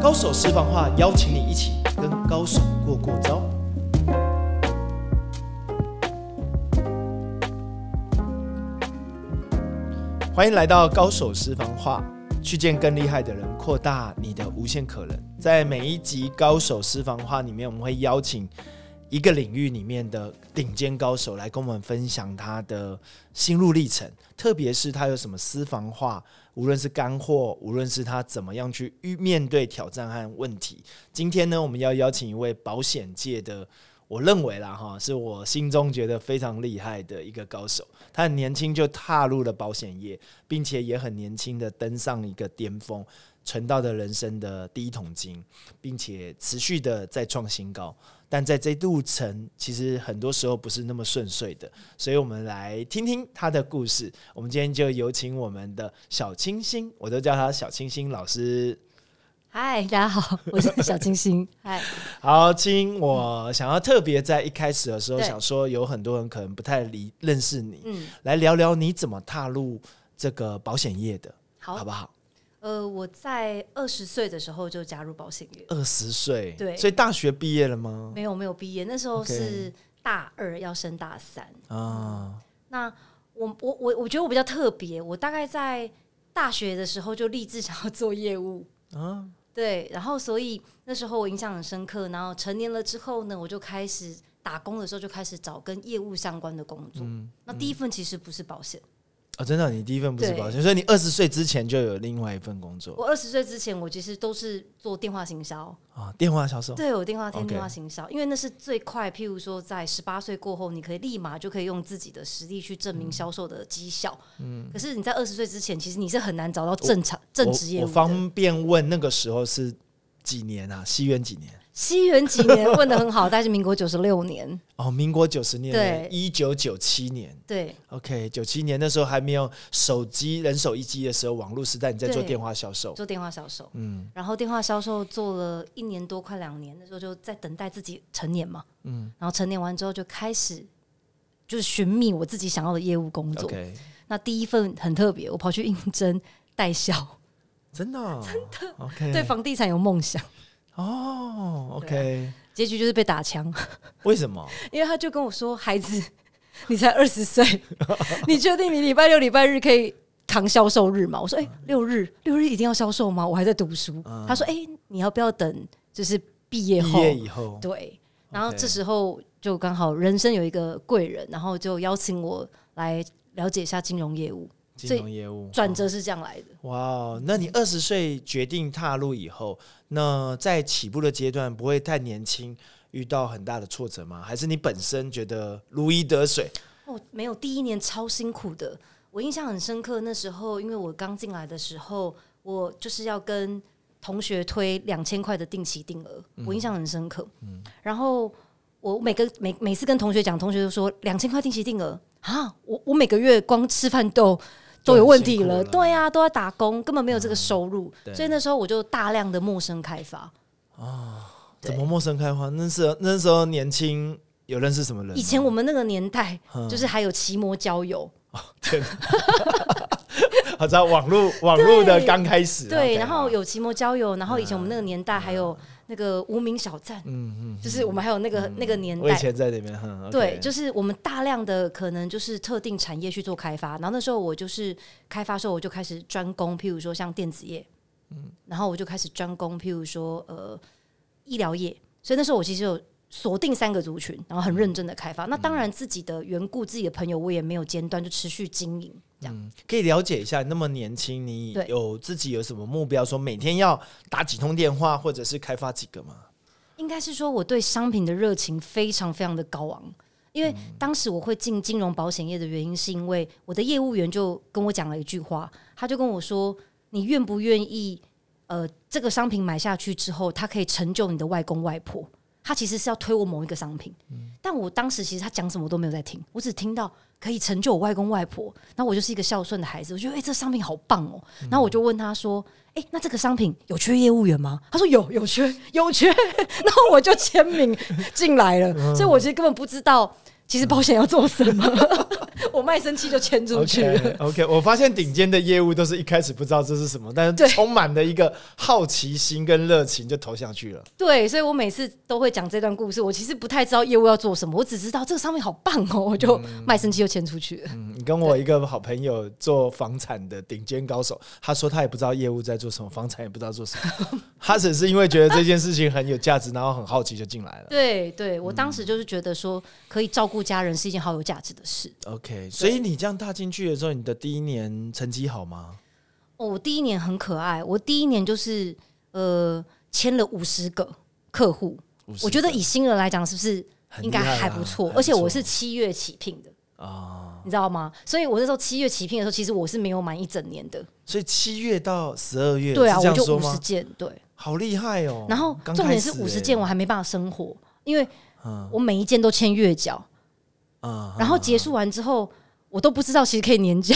高手私房话，邀请你一起跟高手过过招。欢迎来到高手私房话，去见更厉害的人，扩大你的无限可能。在每一集高手私房话里面，我们会邀请一个领域里面的顶尖高手来跟我们分享他的心路历程，特别是他有什么私房话，无论是干货，无论是他怎么样去遇面对挑战和问题。今天呢，我们要邀请一位保险界的，我认为啦哈，是我心中觉得非常厉害的一个高手。他很年轻就踏入了保险业，并且也很年轻的登上一个巅峰，存到的人生的第一桶金，并且持续的在创新高。但在这路程，其实很多时候不是那么顺遂的，所以我们来听听他的故事。我们今天就有请我们的小清新，我都叫他小清新老师。嗨，大家 好，我是小清新。嗨，好，亲，我想要特别在一开始的时候对想说，有很多人可能不太理认识你，嗯，来聊聊你怎么踏入这个保险业的，好，不好？呃，我在二十岁的时候就加入保险业，二十岁，对所以大学毕业了吗？没有没有毕业，那时候 OK 是大二要升大三。啊，那我我我我觉得我比较特别，我大概在大学的时候就立志想要做业务啊对，然后所以那时候我印象很深刻。然后成年了之后呢，我就开始打工的时候就开始找跟业务相关的工作。嗯那第一份其实不是保险，哦，真的，你第一份不是对保险，所以你二十岁之前就有另外一份工作我二十岁之前我其实都是做电话行销。啊，电话销售。对，我电话 OK 听电话行销因为那是最快。譬如说，在十八岁过后，你可以立马就可以用自己的实力去嗯证明销售的绩效。嗯，可是你在二十岁之前，其实你是很难找到正常正职业我务我的。方便问那个时候是几年啊？西元几年？西元几年问的很好， 但是民国九十六年，哦，民国九十年对，一九九七年。对 OK，九七年那时候还没有手机人手一机的时候，网络时代你在做对电话销售，做电话销售，哦嗯，然后电话销售做了一年多，快两年，那时候就在等待自己成年嘛。嗯，然后成年完之后就开始就是寻觅我自己想要的业务工作。 OK，那第一份很特别，我跑去应征代销。真的哦、真的 OK，对房地产有梦想，哦，OK，结局就是被打枪， 为什么？因为他就跟我说：“孩子，你才二十岁，你确定你礼拜六、礼拜日可以扛销售日吗？”我说：“哎、六日，六日一定要销售吗？我还在读书。嗯他说：“哎、你要不要等就是毕业毕后？”业以后，对，然后 OK 这时候就刚好人生有一个贵人，然后就邀请我来了解一下金融业务，金融业务转折是这样来的。哇哦，那你二十岁决定踏入以后，那在起步的阶段不会太年轻，遇到很大的挫折吗？还是你本身觉得如鱼得水？哦，没有，第一年超辛苦的。我印象很深刻，那时候因为我刚进来的时候，我就是要跟同学推两千块的定期定额，我印象很深刻。嗯然后我每个每每次跟同学讲，同学都说两千块定期定额啊，我我每个月光吃饭都。都有问题就很了，辛苦了啊对啊，都要打工，根本没有这个收入，对所以那时候我就大量的陌生开发。对怎么陌生开花？那时候那时候年轻，有认识什么人吗？以前我们那个年代，嗯就是还有骑摩交友， 好在网络网络的刚开始啊，对， OK，然后好有奇摩交友，然后以前我们那个年代还有那个无名小站，嗯嗯嗯，就是我们还有那个那个年我以代，前在里面，哼对，就就是我们大量的可能就是特定产业去做开发，然后那时候我就是开发的时候我就开始专攻，譬如说像电子业，嗯，然后我就开始专攻，譬如说呃医疗业，所以那时候我其实有。锁定三个族群，然后很认真的开发。那当然，自己的缘故、自己的朋友，我也没有间断，就持续经营这样。可以了解一下，那么年轻，你对有自己有什么目标？说每天要打几通电话，或者是开发几个吗？应该是说我对商品的热情非常非常的高昂。因为当时我会进金融保险业的原因，是因为我的业务员就跟我讲了一句话，他就跟我说：“你愿不愿意？呃，这个商品买下去之后，它可以成就你的外公外婆。”他其实是要推我某一个商品，但我当时其实他讲什么我都没有在听，我只听到可以成就我外公外婆。然后我就是一个孝顺的孩子，我觉得哎、诶这商品好棒哦。然后我就问他说：“哎、那这个商品有缺业务员吗？”他说：“有，有 缺，有缺。”然后我就签名进来了，所以我其实根本不知道其实保险要做什么，我卖身契就签出去了。 OK OK，我发现顶尖的业务都是一开始不知道这是什么，但是对充满了一个好奇心跟热情就投下去了。对，所以我每次都会讲这段故事。我其实不太知道业务要做什么，我只知道这个商品好棒哦，我就卖身契就签出去了。嗯，你跟我一个好朋友做房产的顶尖高手，他说他也不知道业务在做什么，房产也不知道做什么，他只是因为觉得这件事情很有价值，然后很好奇就进来了。对对，我当嗯时就是觉得说，可以照顾家人是一件好有价值的事。 OK，所以你这样踏进去的时候，你的第一年成绩好吗？哦，我第一年很可爱，我第一年就是呃签了五十个客户， 50我觉得个以新人来讲，是不是很应该厉害还啦不错？还而且我是七月起聘的，啊、你知道吗？所以我那时候七月起聘的时候，其实我是没有满一整年的。所以七月到十二月对啊，是这样我就说五十吗？件，对。好厉害哦！然后刚重开点是始五欸十件我还没办法生活，因为嗯我每一件都签月缴，啊然后结束完之后。我都不知道，其实可以 年缴，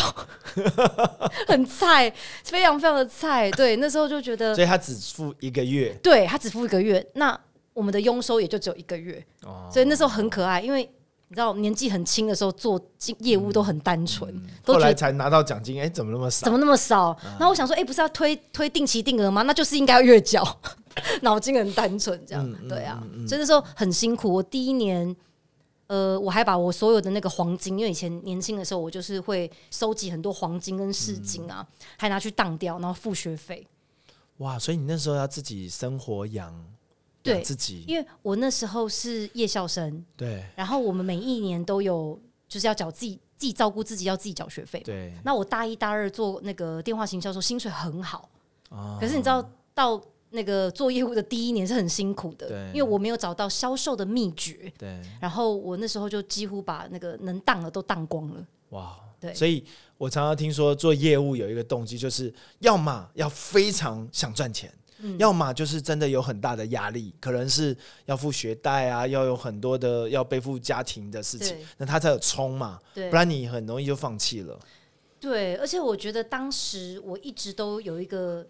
很菜，非常非常的菜。对，那时候就觉得嗯所以他只付一个月对他只付一个月，那我们的佣收也就只有一个月，哦，所以那时候很可爱，因为你知道年纪很轻的时候做经业务都很单纯，嗯后都觉来得。才拿到奖金，哎，怎么那么少怎？么那么少？然后我想说，哎、不是要推推定期定额吗？那就是应该要月缴， 脑筋很单纯，这样、对啊。所以那时候很辛苦。我第一年，呃，我还把我所有的那个黄金，因为以前年轻的时候，我就是会收集很多黄金跟市金啊，还拿去当掉，然后付学费。哇，所以你那时候要自己生活养，对养自己，因为我那时候是夜校生，对然后我们每一年都有就是要缴自己自己照顾自己，要自己缴学费。对那我大一大二做那个电话行销的时候，薪水很好，哦可是你知道到那个做业务的第一年是很辛苦的对，因为我没有找到销售的秘诀，对，然后我那时候就几乎把那个能当的都当光了。哇，对所以我常常听说做业务有一个动机，就是要么要非常想赚钱。嗯要么就是真的有很大的压力，可能是要付学贷啊，要有很多的要背负家庭的事情对，那他才有冲嘛，对不然你很容易就放弃了。对，而且我觉得当时我一直都有一个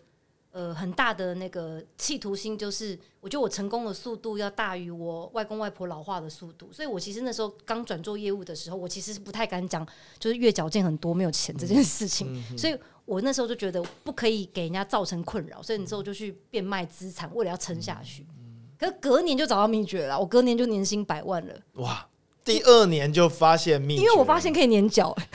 呃很大的那个企图心，就是我觉得我成功的速度要大于我外公外婆老化的速度，所以我其实那时候刚转做业务的时候，我其实是不太敢讲，就是月缴件很多没有钱这件事情， 所以。我那时候就觉得不可以给人家造成困扰，所以你之后就去变卖资产，为了要撑下去。可是隔年就找到秘诀了啦，我隔年就年薪百万了，哇，第二年就发现秘诀因了，为我发现可以年缴、欸，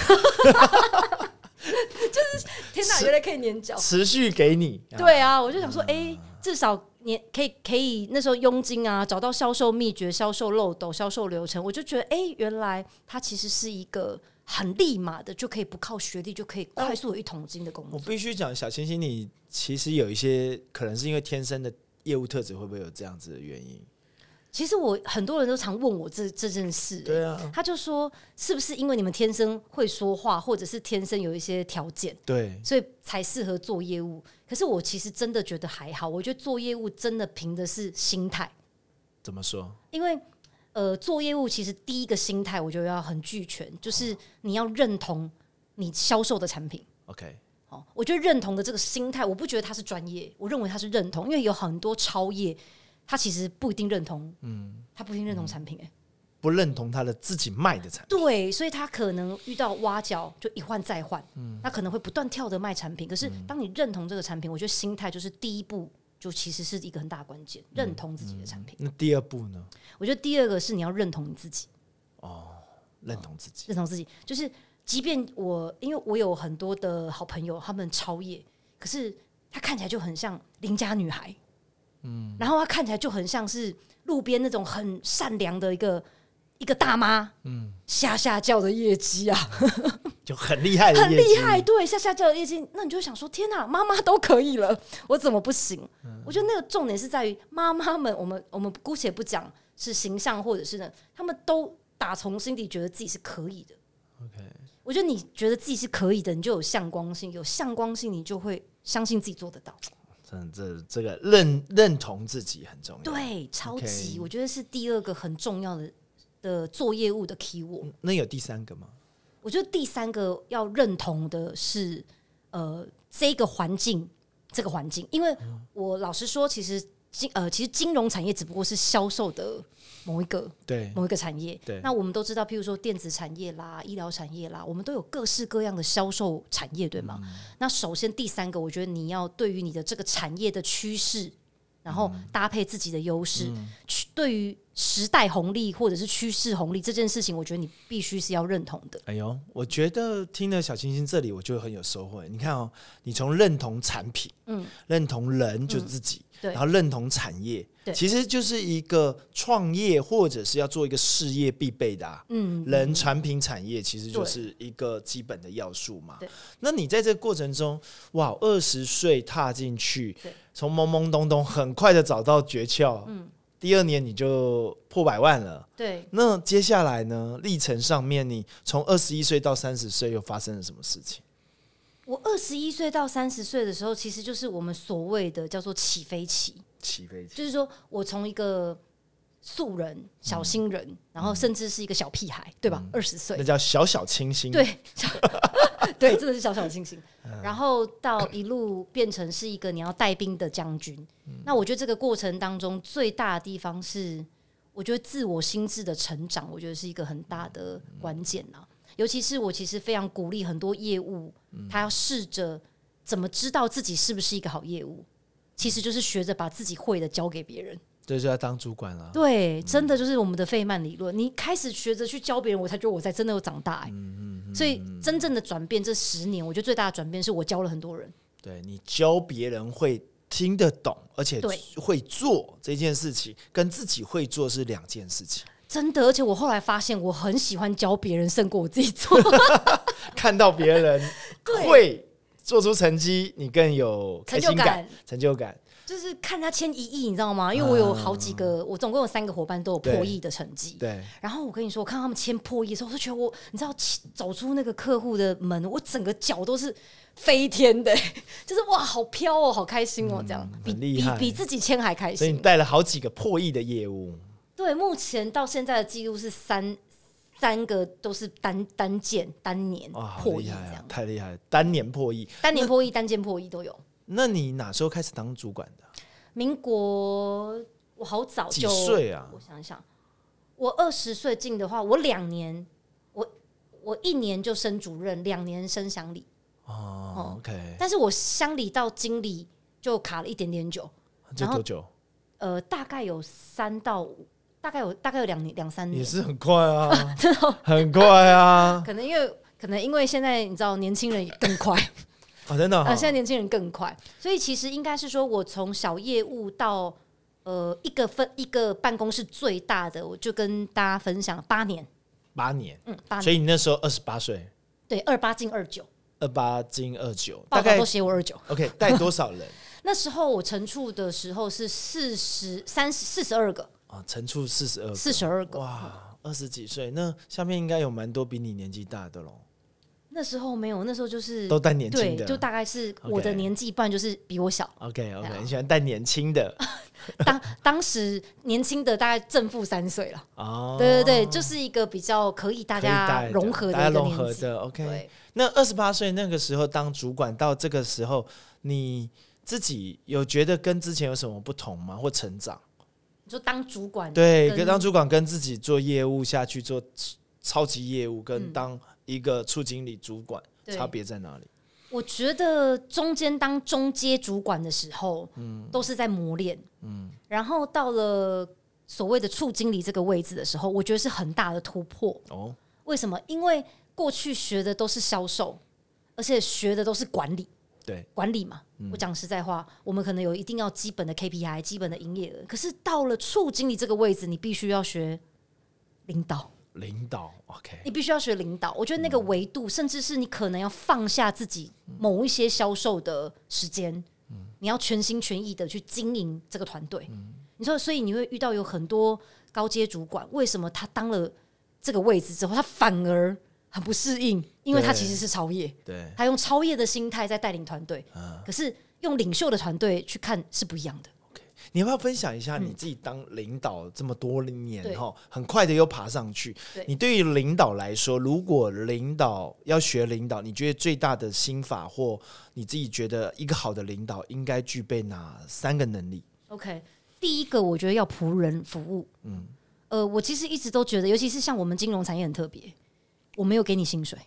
就是天哪，原来可以年缴。持续给你，哦对啊，我就想说，哎、至少你可以可以那时候佣金啊，找到销售秘诀、销售漏斗、销售流程，我就觉得，哎、原来它其实是一个很立马的，就可以不靠学历就可以快速有一桶金的工我作。必须讲，小清新，你其实有一些可能是因为天生的业务特质，会不会有这样子的原因？其实我很多人都常问我这这件事、欸对啊，他就说，是不是因为你们天生会说话，或者是天生有一些条件？对，所以才适合做业务。可是我其实真的觉得还好，我觉得做业务真的凭的是心态，怎么说？因为呃，做业务其实第一个心态我觉得要很俱全，就是你要认同你销售的产品。 OK，哦，我觉得认同的这个心态，我不觉得他是专业，我认为他是认同，因为有很多超业，他其实不一定认同，嗯，他不一定认同产品、欸，不认同他的自己卖的产对，所以他可能遇到挖角就一换再换，那可能会不断跳的卖产品。可是当你认同这个产品，我觉得心态就是第一步，就其实是一个很大的关键，认同自己的产品。品，那第二步呢？我觉得第二个是你要认同你自己，认同自己。认同自己，就是即便我因为我有很多的好朋友，他们超越，可是她看起来就很像邻家女孩，嗯，然后她看起来就很像是路边那种很善良的一个一个大妈，嗯，下下叫的业绩啊。就很厉害的很业绩厉害，对，下下叫的业绩，那你就会想说，天哪、妈妈都可以了，我怎么不行？嗯我觉得那个重点是在于妈妈们，我们我们姑且不讲是形象或者是呢，他们都打从心底觉得自己是可以的。 OK，我觉得你觉得自己是可以的，你就有向光性，有向光性，你就会相信自己做得到。真的这这个认认同自己很重要。，对，超 OK 级我觉得是第二个很重要的的做业务的 key word。那有第三个吗？我觉得第三个要认同的是，呃，这个环境，这个环境，因为我老实说，其实金呃，其实金融产业只不过是销售的某一个对某一个产业。对那我们都知道，譬如说电子产业啦、医疗产业啦，我们都有各式各样的销售产业，对吗？那首先第三个，我觉得你要对于你的这个产业的趋势，然后搭配自己的优势，去对于时代红利或者是趋势红利这件事情，我觉得你必须是要认同的。哎呦，我觉得听了小清新这里，我就很有收获。你看哦，你从认同产品，嗯，认同人就是自己，嗯对然后认同产业，对其实就是一个创业或者是要做一个事业必备的、啊。嗯，人、产品、产业其实就对是一个基本的要素嘛对。那你在这个过程中，哇，二十岁踏进去对，从懵懵懂懂，很快的找到诀窍，嗯，第二年你就破百万了。对。那接下来呢？历程上面，你从二十一岁到三十岁又发生了什么事情？我二十一岁到三十岁的时候，其实就是我们所谓的叫做起飞期。起飞期，就是说我从一个素人、小新人，然后甚至是一个小屁孩，对吧？二十岁那，叫小小清新。对，对，真的是小小清新。然后到一路变成是一个你要带兵的将军。那我觉得这个过程当中最大的地方是，我觉得自我心智的成长，我觉得是一个很大的关键呐、尤其是我其实非常鼓励很多业务，他要试着怎么知道自己是不是一个好业务，其实就是学着把自己会的交给别人。这就要当主管了。对，真嗯的就是我们的费曼理论。你开始学着去教别人，我才觉得我才真的有长大、嗯欸。所以真正的转变，这十年，我觉得最大的转变是我教了很多人。对你教别人会听得懂，而且对会做这件事情，跟自己会做是两件事情。真的，而且我后来发现，我很喜欢教别人胜过我自 己做。看到别人 对会做出成绩，你更有开心感、啊成就感。就是看他签一亿，你知道吗？因为我有好几个，我总共有三个伙伴都有破亿的成绩。对，然后我跟你说，我看他们签破亿的时候，我就觉得我，你知道，起走出那个客户的门，我整个脚都是飞天的、 就是哇，好飘哦，好开心哦，这样、比嗯很厉比害比自己签还开所以心你。带了好几个破亿的业务。对，目前到现在的记录是三三个都是单单件单年哇，好破亿厉这害啊样，，太厉害了！单年破亿，单年破亿、单件破亿都有。那你哪时候开始当主管的？民国我好早几就岁啊我想一想，我二十岁进的话，我两年，我我一年就升主任，两年升乡里，哦，OK，但是我乡里到经理就卡了一点点久，这然后多久？呃，大概有三到五，大概有大概有两年两三也年，是很快啊， 很快啊，可能因为可能因为现在你知道年轻人也更 快。啊，真的哦啊，现在年轻人更快，所以其实应该是说我从小业务到呃一个分一个办公室最大的，我就跟大家分享八年，八年，嗯，八年所以你那时候二十八岁，对二八进二九，二八进二九，报大告概都写我二九。 OK 带多少人 那时候我乘处的时候是四十三四十二个，啊？乘出四十二，四十二个。哇，二十几岁，那下面应该有蛮多比你年纪大的喽，那时候没有，那时候就是都带年轻对，就的。大概是我的 OK 年纪，不然就是比我小。 OK 对 OK，啊你喜欢带年轻的当当时年轻的大概正负三岁了，哦，对对对，就是一个比较可以大可以带家的融合大的家一个融年合纪。的 OK 对。那二十八岁那个时候当主管，到这个时候，你自己有觉得跟之前有什么不同吗？或成长？你说当主管对，嗯跟跟当主管跟自己做业务下去做超级业务，跟当一个处经理主管、嗯对差别在哪里？我觉得中间当中阶主管的时候，嗯都是在磨练，然后到了所谓的处经理这个位置的时候，我觉得是很大的突破。哦，为什么？因为过去学的都是销售，而且学的都是管理，对，管理嘛。我讲实在话，我们可能有一定要基本的 KPI、基本的营业额，可是到了处经理这个位置，你必须要学领导。领导，OK，你必须要学领导。我觉得那个维度，甚至是你可能要放下自己某一些销售的时间，你要全心全意的去经营这个团队。你说，所以你会遇到有很多高阶主管，为什么他当了这个位置之后，他反而很不适应？因为他对其实是超越，对，他用超越的心态在带领团队，可是用领袖的团队去看是不一样的。你要不要分享一下你自己当领导这么多年嗯对哈、很快的又爬上去对。你对于领导来说，如果领导要学领导，你觉得最大的心法或你自己觉得一个好的领导应该具备哪三个能力？ OK，第一个我觉得要仆人服务。嗯呃，我其实一直都觉得，尤其是像我们金融产业很特别，我没有给你薪水，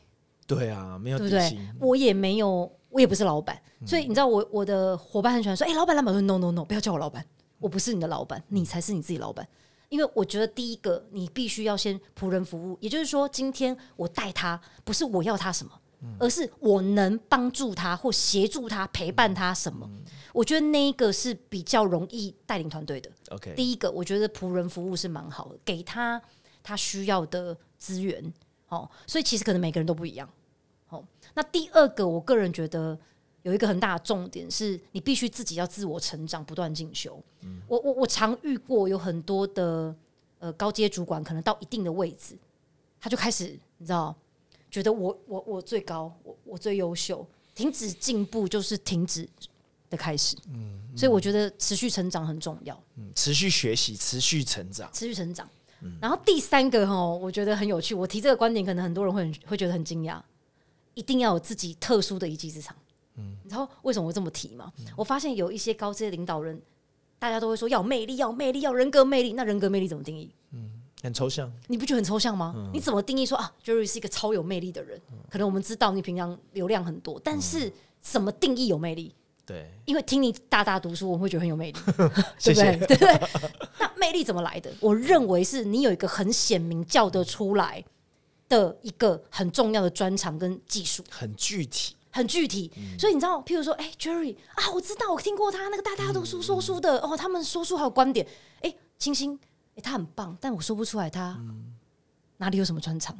对啊，没有对底不对薪，？嗯我也没有，我也不是老板，所以你知道我我的伙伴很喜欢说，哎、老板，老板我说，no no no，不要叫我老板，我不是你的老板，你才是你自己老板。因为我觉得第一个，你必须要先仆人服务，也就是说，今天我带他，不是我要他什么，嗯而是我能帮助他或协助他、陪伴他什么。嗯我觉得那一个是比较容易带领团队的。 OK，第一个，我觉得仆人服务是蛮好的，给他他需要的资源。哦，所以其实可能每个人都不一样。哦，那第二个，我个人觉得有一个很大的重点是，你必须自己要自我成长，不断进修。我我我常遇过有很多的呃高阶主管，可能到一定的位置，他就开始你知道，觉得我我我最高，我我最优秀，停止进步就是停止的开始。所以我觉得持续成长很重要。嗯持续学习，持续成长。持续成长。然后第三个哈，我觉得很有趣。我提这个观点，可能很多人会很会觉得很惊讶。一定要有自己特殊的一技之长。嗯，你知道为什么我这么提吗？我发现有一些高阶领导人，大家都会说要有魅力，要有魅力，要有人格魅力。那人格魅力怎么定义？很抽象，你不觉得很抽象吗？你怎么定义说啊，Jerry 是一个超有魅力的人？可能我们知道你平常流量很多，但是怎么定义有魅力？对，因为听你大大读书，我会觉得很有魅力。谢对不谢。？对对不 对？那魅力怎么来的？我认为是你有一个很显明叫得出来的一个很重要的专长跟技术，很具体，很具体。嗯所以你知道，譬如说，哎、j e r r y 啊，我知道，我听过他那个大大读书说书的、哦，他们说书还有观点。哎、星星，哎、他很棒，但我说不出来他、嗯哪里有什么专长。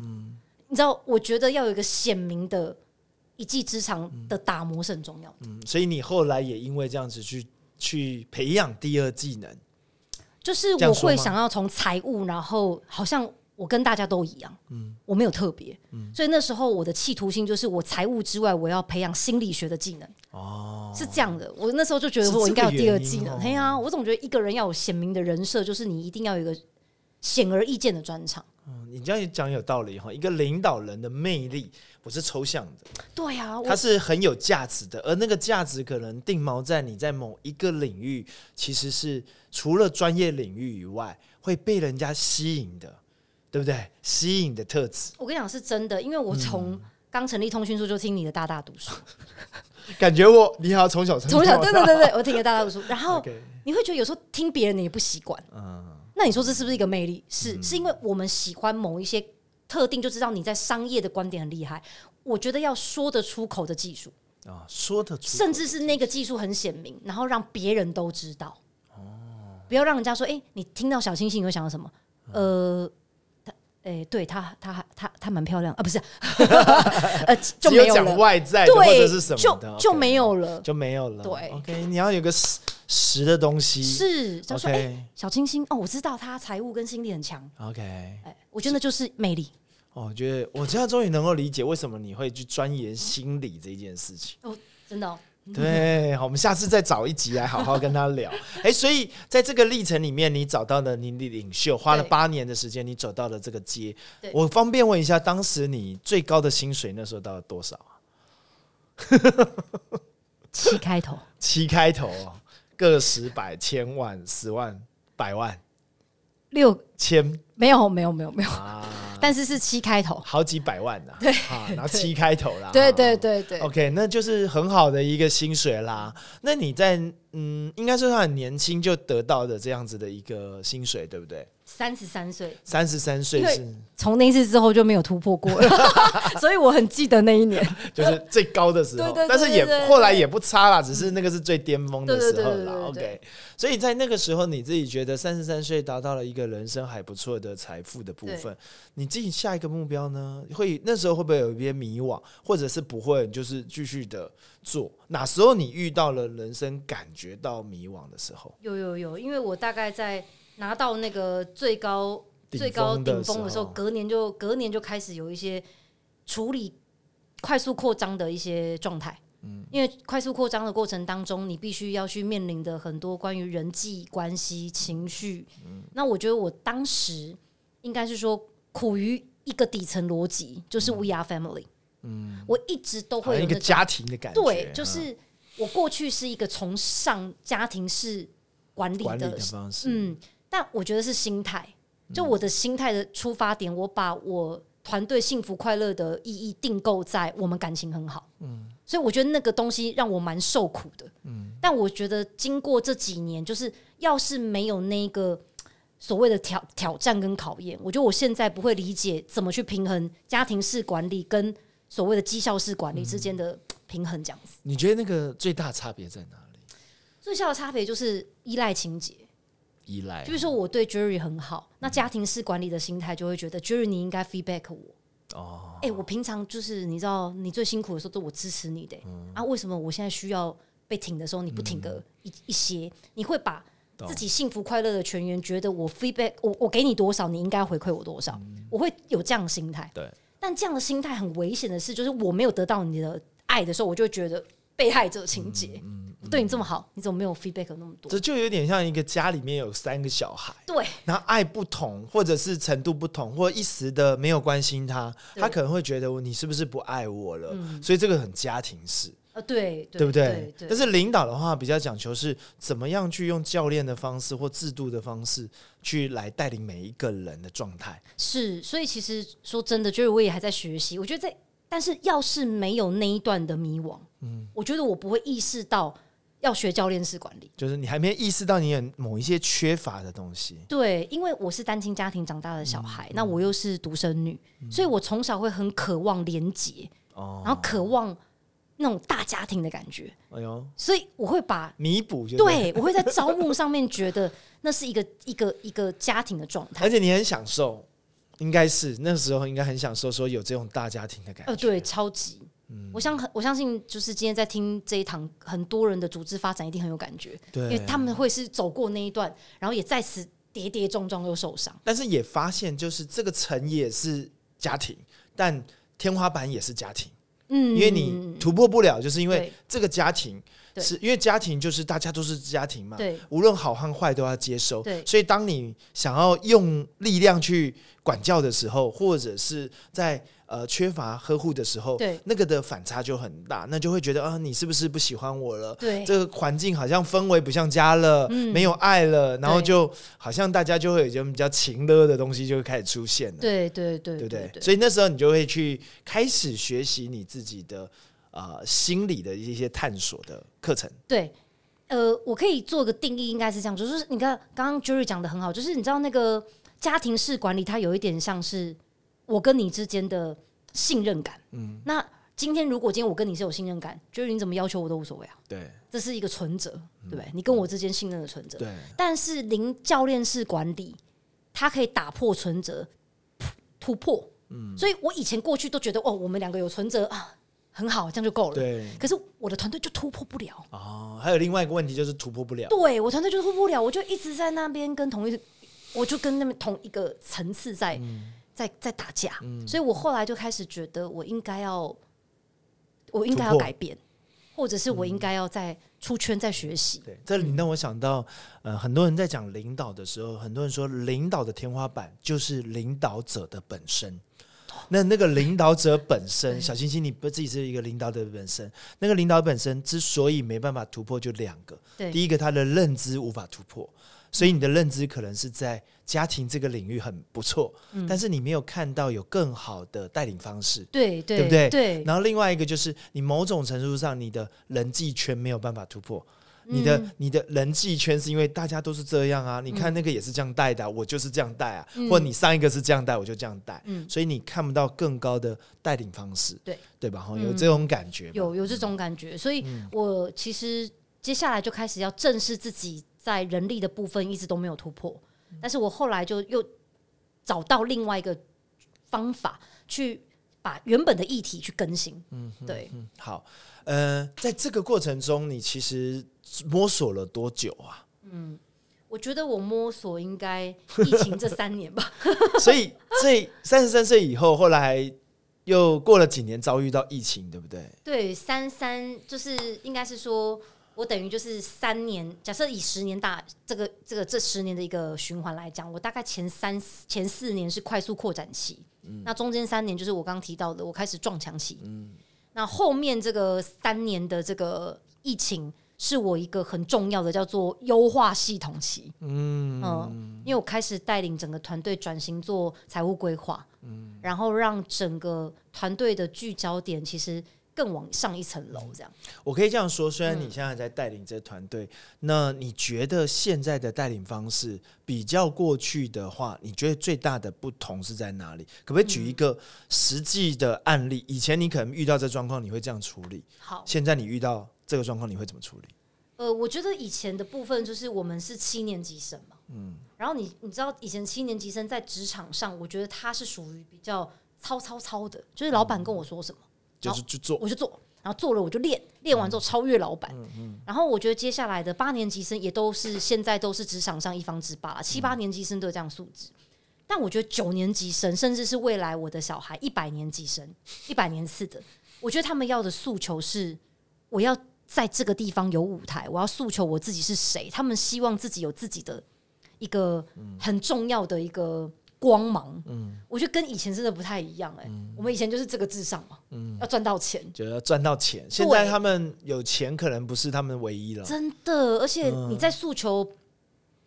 你知道，我觉得要有一个显明的一技之长的打磨是很重要的。嗯，所以你后来也因为这样子去去培养第二技能，就是这我样说会吗想要从财务，然后好像我跟大家都一样，嗯我没有特别，所以那时候我的企图心就是我财务之外，我要培养心理学的技能，哦，是这样的。我那时候就觉得是说我应该有第二技这个原能，因哦嘿呀、我总觉得一个人要有显明的人设，就是你一定要有一个显而易见的专长。嗯，你这样讲有道理哈。一个领导人的魅力不是抽象的，对呀、我它是很有价值的，而那个价值可能定锚在你在某一个领域，其实是除了专业领域以外，会被人家吸引的，对不对？吸引的特质，我跟你讲是真的，因为我嗯从刚成立通讯社就听你的大大读书， 感觉我你好像从小从小对对对对，我听你的大大读书，然后 OK，你会觉得有时候听别人的也不习惯。嗯，那你说这是不是一个魅力？是，是因为我们喜欢某一些特定，就知道你在商业的观点很厉害。我觉得要说得出口的技术，啊，说得出口，甚至是那个技术很显明，然后让别人都知道。哦不要让人家说，哎、你听到小星星你会想到什么？嗯呃，他，哎、对他，他，他，他蛮漂亮啊，不 是， 呃，只就没有讲了，外在的或者对是什，么的就就 OK 没有了。就没有了。对，OK，你要有个实实的东西。是，他说，哎、 OK 小清新哦，我知道他财务跟心理很强， OK，哎、我觉得那就是魅力。哦我觉得我现在终于能够理解为什么你会去钻研心理这件事情。哦，真的、哦，对，好，我们下次再找一集来好好跟他聊。哎，所以在这个历程里面，你找到了你的领袖，花了对八年的时间，你走到了这个街对。我方便问一下，当时你最高的薪水那时候到了多少啊？七开头，七开头哦，个十百千万十万百万 六千没有没有没有没有，啊，但是是七开头。好几百万呐、对，啊，然后七开头啦， 对啊对对对， OK，那就是很好的一个薪水啦。那你在嗯，应该说他很年轻就得到的这样子的一个薪水，对不对？三十三岁，三十三岁因为是从那一次之后就没有突破 过了，所以我很记得那一年。就是最高的时候，对对对但是也对对对后来也不差啦，只是那个是最巅峰的对时对候对对啦。对对 OK，所以在那个时候你自己觉得三十三岁达到了一个人生还不错的财富的部分，你自己下一个目标呢？会那时候会不会有一些迷惘，或者是不会，就是继续的做？哪时候你遇到了人生感觉到迷惘的时候？有有有，因为我大概在拿到那个最高顶峰最高顶峰的的时时候候，隔年就隔年就开始有一些处理快速扩张的一些状态。嗯，因为快速扩张的过程当中，你必须要去面临的很多关于人际关系、情绪。嗯那我觉得我当时应该是说苦于一个底层逻辑，就是 We Are Family。嗯，我一直都好会像有一那个种家庭的感觉，对，就嗯是我过去是一个崇尚家庭式管理管理的的方式，嗯，但我觉得是心态，就我的心态的出发点，我把我团队幸福快乐的意义定构在我们感情很好，嗯，所以我觉得那个东西让我蛮受苦的，嗯，但我觉得经过这几年，就是要是没有那个。所谓的挑挑战跟考验，我觉得我现在不会理解怎么去平衡家庭式管理跟所谓的绩效式管理之间的平衡，这样子。你觉得那个最大差别在哪里？最小的差别就是依赖情节，依赖就是说我对 Jerry 很好，那家庭式管理的心态就会觉得 Jerry 你应该 feedback 我。哦，哎、我平常就是你知道，你最辛苦的时候都我支持你的、嗯啊，为什么我现在需要被挺的时候你不挺个一、一些？你会把自己幸福快乐的全员觉得我 feedback 我我给你多少，你应该回馈我多少，我会有这样的心态。嗯对，但这样的心态很危险的是，就是我没有得到你的爱的时候，我就会觉得被害者情节。我对你这么好，你怎么没有 feedback 那么嗯多？这就有点像一个家里面有三个小孩，对，然后爱不同，或者是程度不同，或一时的没有关心他，对他可能会觉得你是不是不爱我了？所以这个很家庭式，呃，对，对不对？对但是领导的话比较讲求是怎么样去用教练的方式或制度的方式去来带领每一个人的状态。是，所以其实说真的，就是我也还在学习。我觉得在，但是要是没有那一段的迷惘，嗯，我觉得我不会意识到要学教练式管理。就是你还没意识到你有某一些缺乏的东西，对，因为我是单亲家庭长大的小孩，嗯那我又是独生女，所以我从小会很渴望连结，哦然后渴望那种大家庭的感觉，哎呦，所以我会把弥补就了，对我会在招募上面觉得那是一个一个一个家庭的状态。而且你很享受，应该是那时候应该很享受说有这种大家庭的感觉。嗯呃，对，超级。我相我相信，就是今天在听这一堂，很多人的组织发展一定很有感觉，因为对，他们会是走过那一段，然后也在此跌跌撞撞又受伤。但是也发现就是这个成也是家庭，但天花板也是家庭，嗯，因为你突破不了，就是因为对这个家庭对是因为家庭就是大家都是家庭嘛， 对无论好和坏都要接收。对所以当你想要用力量去管教的时候，或者是在呃缺乏呵护的时候，对那个的反差就很大，那就会觉得啊，你是不是不喜欢我了？对这个环境好像氛围不像家了，没有爱了，然后对就好像大家就会有一些比较情勒的东西就会开始出现了，对对对对不对？对，所以那时候你就会去开始学习你自己的呃心理的一些探索的课程。对，呃，我可以做个定义，应该是这样，就是你看刚刚 Jerry 讲的很好，就是你知道那个家庭式管理，它有一点像是我跟你之间的信任感。嗯，那今天如果今天我跟你是有信任感，Jerry 你怎么要求我都无所谓啊。对这是一个存折，嗯对不对？你跟我之间信任的存折。对，但是零教练式管理，它可以打破存折，突破。嗯所以我以前过去都觉得哦，我们两个有存折啊，很好，这样就够了。对可是我的团队就突破不了，哦，还有另外一个问题就是突破不了。对我团队就突破不了，我就一直在那边跟同一，我就跟那边同一个层次在、嗯在在打架。所以我后来就开始觉得，我应该要，我应该突要破改变，或者是我应该要再出圈再学习。对，这里让我想到，呃，很多人在讲领导的时候，很多人说领导的天花板就是领导者的本身。哦那那个领导者本身，小星星，你不自己是一个领导者本身，那个领导本身之所以没办法突破，就两个，对第一个他的认知无法突破，所以你的认知可能是在家庭这个领域很不错，嗯但是你没有看到有更好的带领方式，对对对不对对然后另外一个就是，你某种程度上你的人际圈没有办法突破。嗯你的、你的人际圈是因为大家都是这样啊，你看那个也是这样带的啊、我就是这样带啊，或你上一个是这样带，我就这样带，啊嗯所以你看不到更高的带领方式，对嗯对吧？哈，有这种感觉吧，有有这种感觉，所以嗯我其实接下来就开始要正视自己在人力的部分一直都没有突破，嗯但是我后来就又找到另外一个方法去把原本的议题去更新，嗯，对，嗯，好，呃，在这个过程中，你其实摸索了多久啊？ 我觉得我摸索应该疫情这三年吧，所以这三十三岁以后，后来又过了几年，遭遇到疫情，对不对？对，三三就是应该是说。我等于就是三年，假设以十年大这个这个这十年的一个循环来讲，我大概前三前四年是快速扩展期，那中间三年就是我刚刚提到嗯的，我开始撞墙期，那后面这个三年的这个疫情，是我一个很重要的叫做优化系统期。嗯因为我开始带领整个团队转型做财务规划，嗯，然后让整个团队的聚焦点其实更往上一层楼，这样。我可以这样说，虽嗯然你现在在带领这团队，那你觉得现在的带领方式比较过去的话，你觉得最大的不同是在哪里？可不可以嗯举一个实际的案例？以前你可能遇到这状况，你会这样处理；好，现在你遇到这个状况，你会怎么处理？呃，我觉得以前的部分就是我们是七年级生嘛，嗯，然后你你知道以前七年级生在职场上，我觉得他是属于比较操操操的，就是老板跟我说什么。就是去做，我就做，然后做了我就练，练完之后超越老板。然后我觉得接下来的八年级生也都是现在都是职场上一方之霸啦，七八年级生都有这样素质。但我觉得九年级生，甚至是未来我的小孩一百年级生、一百年次的，我觉得他们要的诉求是，我要在这个地方有舞台，我要诉求我自己是谁。他们希望自己有自己的一个很重要的一个光芒。我觉得跟以前真的不太一样哎、我们以前就是这个至上嘛，要赚到钱。就要赚到钱。现在他们有钱，可能不是他们唯一了。真的，而且你在诉求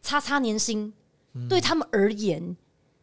叉叉年薪，对他们而言，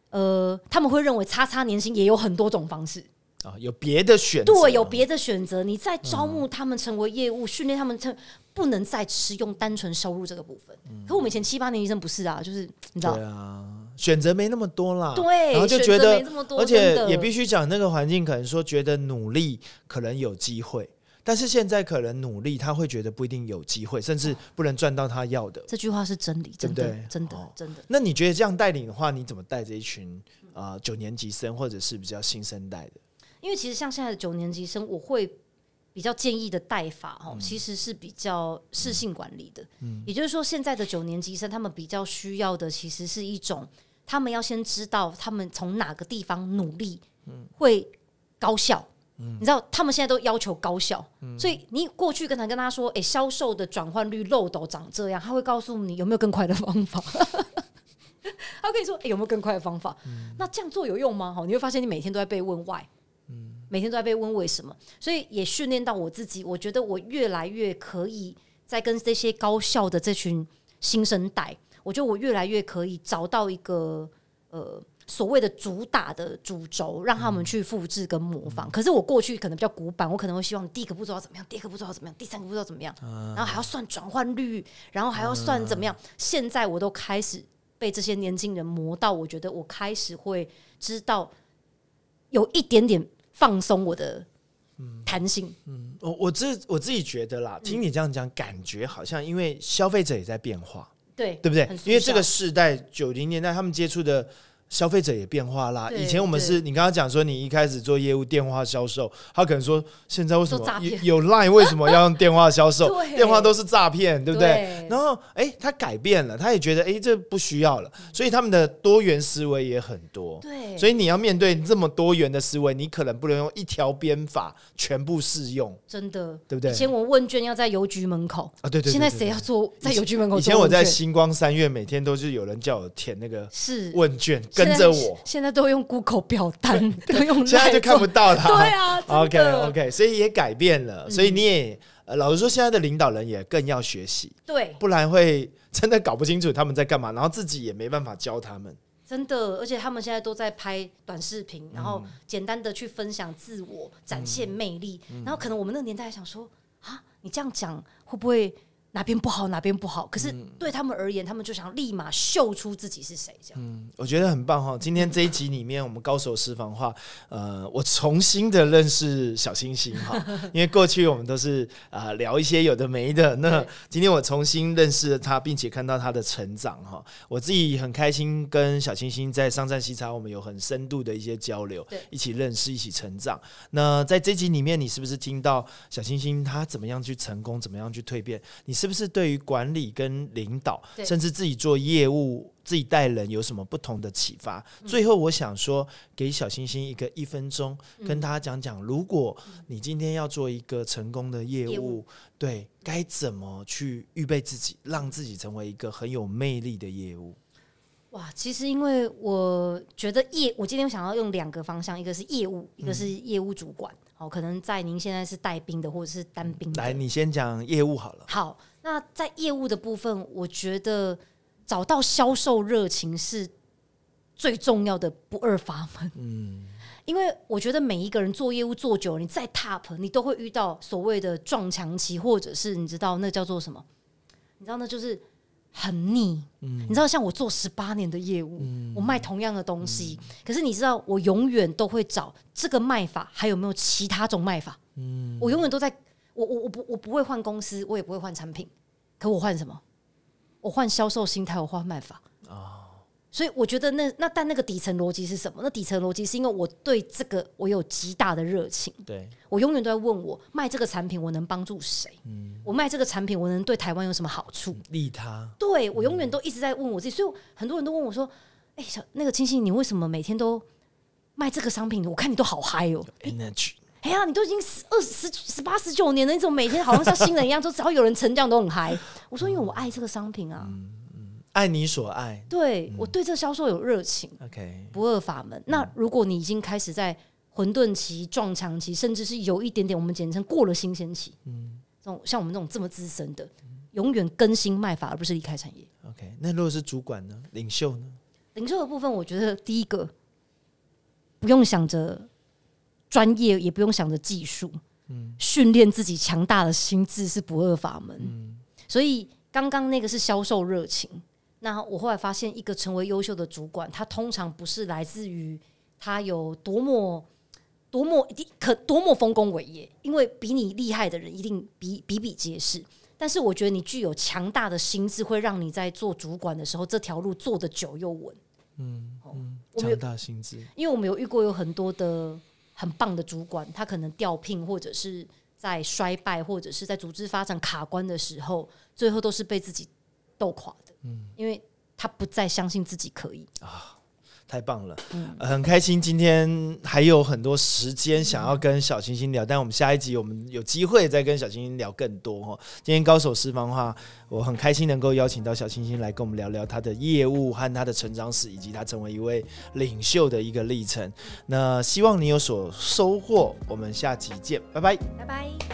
呃，他们会认为叉叉年薪也有很多种方式，啊，有别的选择，对，有别的选择。你在招嗯募他们成为业务，训练他们成，不能再吃用单纯收入这个部分。可我们以前七八年级生不是啊，就是你知道对，啊，选择没那么多啦。对，然后就选觉择没得这么多，而且真的也必须讲那个环境，可能说觉得努力可能有机会，但是现在可能努力他会觉得不一定有机会，甚至哦不能赚到他要的。这句话是真理，对真不的对，真的哦，真的。那你觉得这样带领的话，你怎么带这一群啊、呃九年级生或者是比较新生代的？因为其实像现在的九年级生，我会比较建议的带法哦，其实是比较适性管理的。也就是说，现在的九年级生他们比较需要的，其实是一种他们要先知道他们从哪个地方努力会高效。你知道他们现在都要求高效，所以你过去跟他跟他说，诶、哎销售的转换率漏斗长这样，他会告诉你有没有更快的方法。 他会跟你说，哎诶、有没有更快的方法？那这样做有用吗？哈，哦你会发现你每天都在被问 why，每天都在被问为什么，所以也训练到我自己。我觉得我越来越可以在跟这些高校的这群新生代，我觉得我越来越可以找到一个呃所谓的主打的主轴，让他们去复制跟模仿。可是我过去可能比较古板，我可能会希望第一个步骤要怎么样，第二个步骤要怎么样，第三个步骤要怎么样，然后还要算转换率，然后还要算怎么样。现在我都开始被这些年轻人磨到，我觉得我开始会知道有一点点放松我的嗯弹性。我我自我自己觉得啦，听你这样讲，感觉好像因为消费者也在变化，对对不对很？速因为这个效世代九零年代他们接触的消费者也变化啦。对以前我们是你刚刚讲说你一开始做业务电话销售，他可能说现在为什做么诈有骗有 Line 为什么要用电话销 售？对电话都是诈骗，对不对？对然后哎、他改变了，他也觉得哎、这不需要了，所以他们的多元思维也很多。对所以你要面嗯对这么多元的思维，你可能不能用一条编法全部适用真的，对不对以前我问卷要在邮局门口，啊！对对对现在对谁要做在邮局门口以做前我问卷？在星光三月，每天都是有人叫我填那个是问卷，现跟在着我，现在都用 Google 表单，都用现在就 Line 看不做到了。对 啊 OK 真的嗯 OK，所以也改变了，所以你也、呃老实说，现在的领导人也更要学习，对，不然会真的搞不清楚他们在干嘛，然后自己也没办法教他们。真的，而且他们现在都在拍短视频，然后简单的去分享自我，展现魅力。然后可能我们那个年代还想说啊，你这样讲会不会哪边不好，哪边不好？可是对他们而言，他们就想立马秀出自己是谁，这样、嗯我觉得很棒哈！今天这一集里面，我们高手私房话，呃，我重新的认识小星星哈， 因为过去我们都是啊、呃聊一些有的没的，那对今天我重新认识了他，并且看到他的成长哈，我自己很开心，跟小星星在上站西茶，我们有很深度的一些交流对，一起认识，一起成长。那在这集里面，你是不是听到小星星他怎么样去成功，怎么样去蜕变？你是不是对于管理跟领导，对甚至自己做业务、自己带人有什么不同的启发？嗯最后，我想说，给小星星一个一分钟，嗯跟大家讲讲，如果你今天要做一个成功的业务，业务对，该怎么去预备自己，让自己成为一个很有魅力的业务？哇，其实因为我觉得业，我今天想要用两个方向，一个是业务，一个是业务主管。哦，可能在您现在是带兵的，或者是单兵的。来，你先讲业务好了。好，那在业务的部分，我觉得找到销售热情是最重要的不二法门。嗯，因为我觉得每一个人做业务做久了，你再 top，你都会遇到所谓的撞墙期，或者是你知道那叫做什么？你知道那就是很腻。你知道像我做十八年的业务，我卖同样的东西，可是你知道我永远都会找这个卖法，还有没有其他种卖法？我永远都在，我我我不我不会换公司，我也不会换产品，可我换什么？我换销售心态，我换卖法所以我觉得那那但那个底层逻辑是什么？那底层逻辑是因为我对这个我有极大的热情，对，我永远都在问我卖这个产品我能帮助谁？我卖这个产品我能对台湾有什么好处？利他，对我永远都一直在问我自己，所以很多人都问我说：“哎、小那个清新，你为什么每天都卖这个商品？我看你都好嗨哦！ energy，哎呀，你都已经十二十十八十九年了，你怎么每天好像像新人一样，就只要有人成长都很嗨？” 我说：“因为我爱这个商品啊，爱你所爱。对我对这个销售有热情， OK，不二法门。那如果你已经开始在混沌期、撞墙期，甚至是有一点点我们简称过了新鲜期，嗯，这种像我们这种这么资深的，永远更新卖法，而不是离开产业。” OK，那如果是主管呢？领袖呢？零售的部分，我觉得第一个不用想着专业，也不用想着技术，训练自己强大的心智是不二法门。所以刚刚那个是销售热情。那我后来发现，一个成为优秀的主管，他通常不是来自于他有多么多么可多么丰功伟业，因为比你厉害的人一定比比比皆是。但是我觉得你具有强大的心智，会让你在做主管的时候，这条路做得久又稳。我们有强大心智，因为我们有遇过有很多的很棒的主管，他可能调聘或者是在衰败或者是在组织发展卡关的时候，最后都是被自己斗垮的。因为他不再相信自己可以。太棒了！嗯呃很开心，今天还有很多时间想要跟小星星聊，但我们下一集我们有机会再跟小星星聊更多哦。今天高手私房话，我很开心能够邀请到小星星来跟我们聊聊他的业务和他的成长史，以及他成为一位领袖的一个历程。那希望你有所收获，我们下集见，拜拜。拜拜。